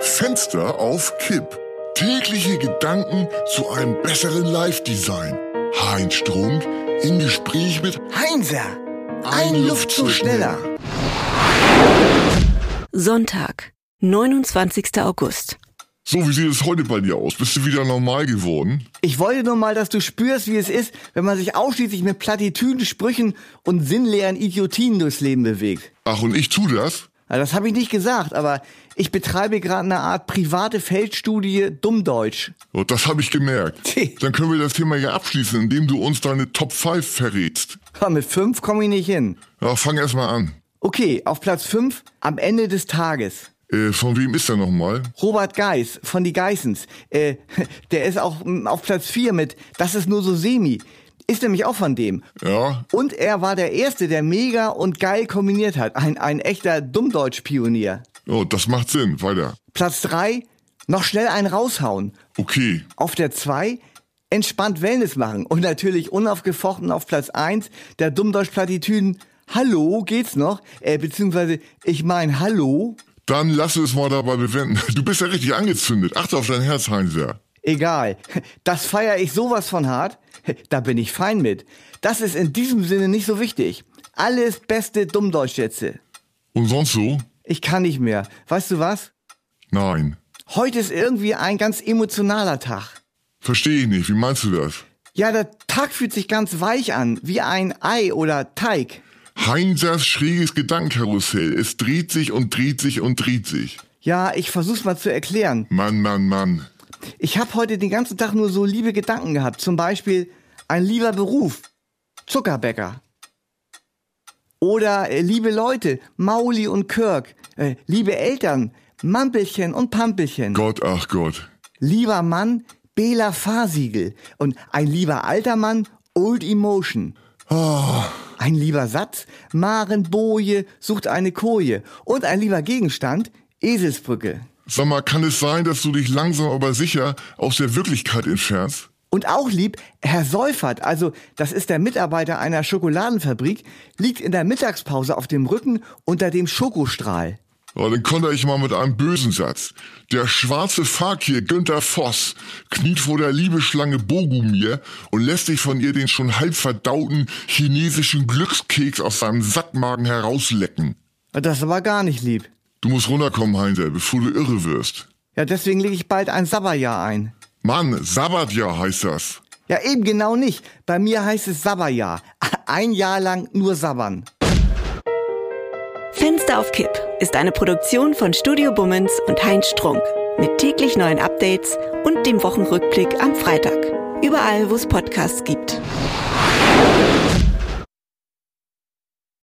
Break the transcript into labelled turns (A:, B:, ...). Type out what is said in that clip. A: Fenster auf Kipp. Tägliche Gedanken zu einem besseren Live-Design. Heinz Strunk im Gespräch mit
B: Heinser,
A: Ein Luftzug schneller.
C: Sonntag, 29. August.
A: So, wie sieht es heute bei dir aus? Bist du wieder normal geworden?
B: Ich wollte nur mal, dass du spürst, wie es ist, wenn man sich ausschließlich mit Plattitüden, Sprüchen und sinnleeren Idiotien durchs Leben bewegt.
A: Ach, und ich tu das?
B: Na, das habe ich nicht gesagt, aber ich betreibe gerade eine Art private Feldstudie Dummdeutsch.
A: Oh, Das habe ich gemerkt.
B: Tee.
A: Dann können wir das Thema ja abschließen, indem du uns deine Top 5 verrätst.
B: Aber mit fünf komme ich nicht hin.
A: Ja, fang erst mal an.
B: Okay, auf Platz fünf am Ende des Tages.
A: Äh, von wem ist er nochmal?
B: Robert Geis von die Geissens. Äh, der ist auch mm, auf Platz vier mit Das ist nur so semi. Ist nämlich auch von dem.
A: Ja,
B: Und er war der Erste, der mega und geil kombiniert hat. Ein, ein echter Dummdeutsch-Pionier.
A: oh, das macht Sinn. Weiter.
B: Platz drei noch schnell einen raushauen.
A: Okay.
B: Auf der zwei entspannt Wellness machen. Und natürlich unaufgefochten auf Platz eins der Dummdeutsch-Plattitüden. Hallo, geht's noch? Äh, beziehungsweise, ich mein, hallo?
A: Dann lass es mal dabei bewenden. Du bist ja richtig angezündet. Achte auf dein Herz, Heinzer.
B: Egal. Das feiere ich sowas von hart. Da bin ich fein mit. Das ist in diesem Sinne nicht so wichtig. Alles beste Dummdeutschschätze.
A: Und sonst so?
B: Ich kann nicht mehr. Weißt du was?
A: Nein.
B: Heute ist irgendwie ein ganz emotionaler Tag.
A: Verstehe ich nicht. Wie meinst du das?
B: Ja, der Tag fühlt sich ganz weich an, wie ein Ei oder Teig.
A: Heinzers schräges Gedankenkarussell. Es dreht sich und dreht sich und dreht sich.
B: Ja, ich versuch's mal zu erklären.
A: Mann, Mann, Mann.
B: Ich habe heute den ganzen Tag nur so liebe Gedanken gehabt. Zum Beispiel ein lieber Beruf, Zuckerbäcker. Oder äh, liebe Leute, Mauli und Kirk. Äh, liebe Eltern, Mampelchen und Pampelchen.
A: Gott, ach Gott.
B: Lieber Mann, Bela Fahrsiegel. Und ein lieber alter Mann, Old Emotion.
A: Ah,
B: Ein lieber Satz, Marenboje sucht eine Koje. Und ein lieber Gegenstand, Eselsbrücke.
A: sag mal, kann es sein, dass du dich langsam aber sicher aus der Wirklichkeit entfernst?
B: Und auch lieb, Herr Seufert, also das ist der Mitarbeiter einer Schokoladenfabrik, liegt in der Mittagspause auf dem Rücken unter dem Schokostrahl.
A: Oh, dann konnte ich mal mit einem bösen Satz. Der schwarze Fakir Günther Voss kniet vor der Liebeschlange Bogumir und lässt sich von ihr den schon halb verdauten chinesischen Glückskeks aus seinem Sattmagen herauslecken.
B: Und Das war gar nicht lieb.
A: Du musst runterkommen, Heinzer, bevor du irre wirst.
B: Ja, deswegen lege ich bald ein Sabberjahr ein.
A: Mann, Sabbatjahr heißt das.
B: Ja, eben genau nicht. Bei mir heißt es Sabberjahr. Ein Jahr lang nur sabbern.
C: Fenster auf Kipp ist eine Produktion von Studio Bummens und Heinz Strunk. Mit täglich neuen Updates und dem Wochenrückblick am Freitag. Überall, wo es Podcasts gibt.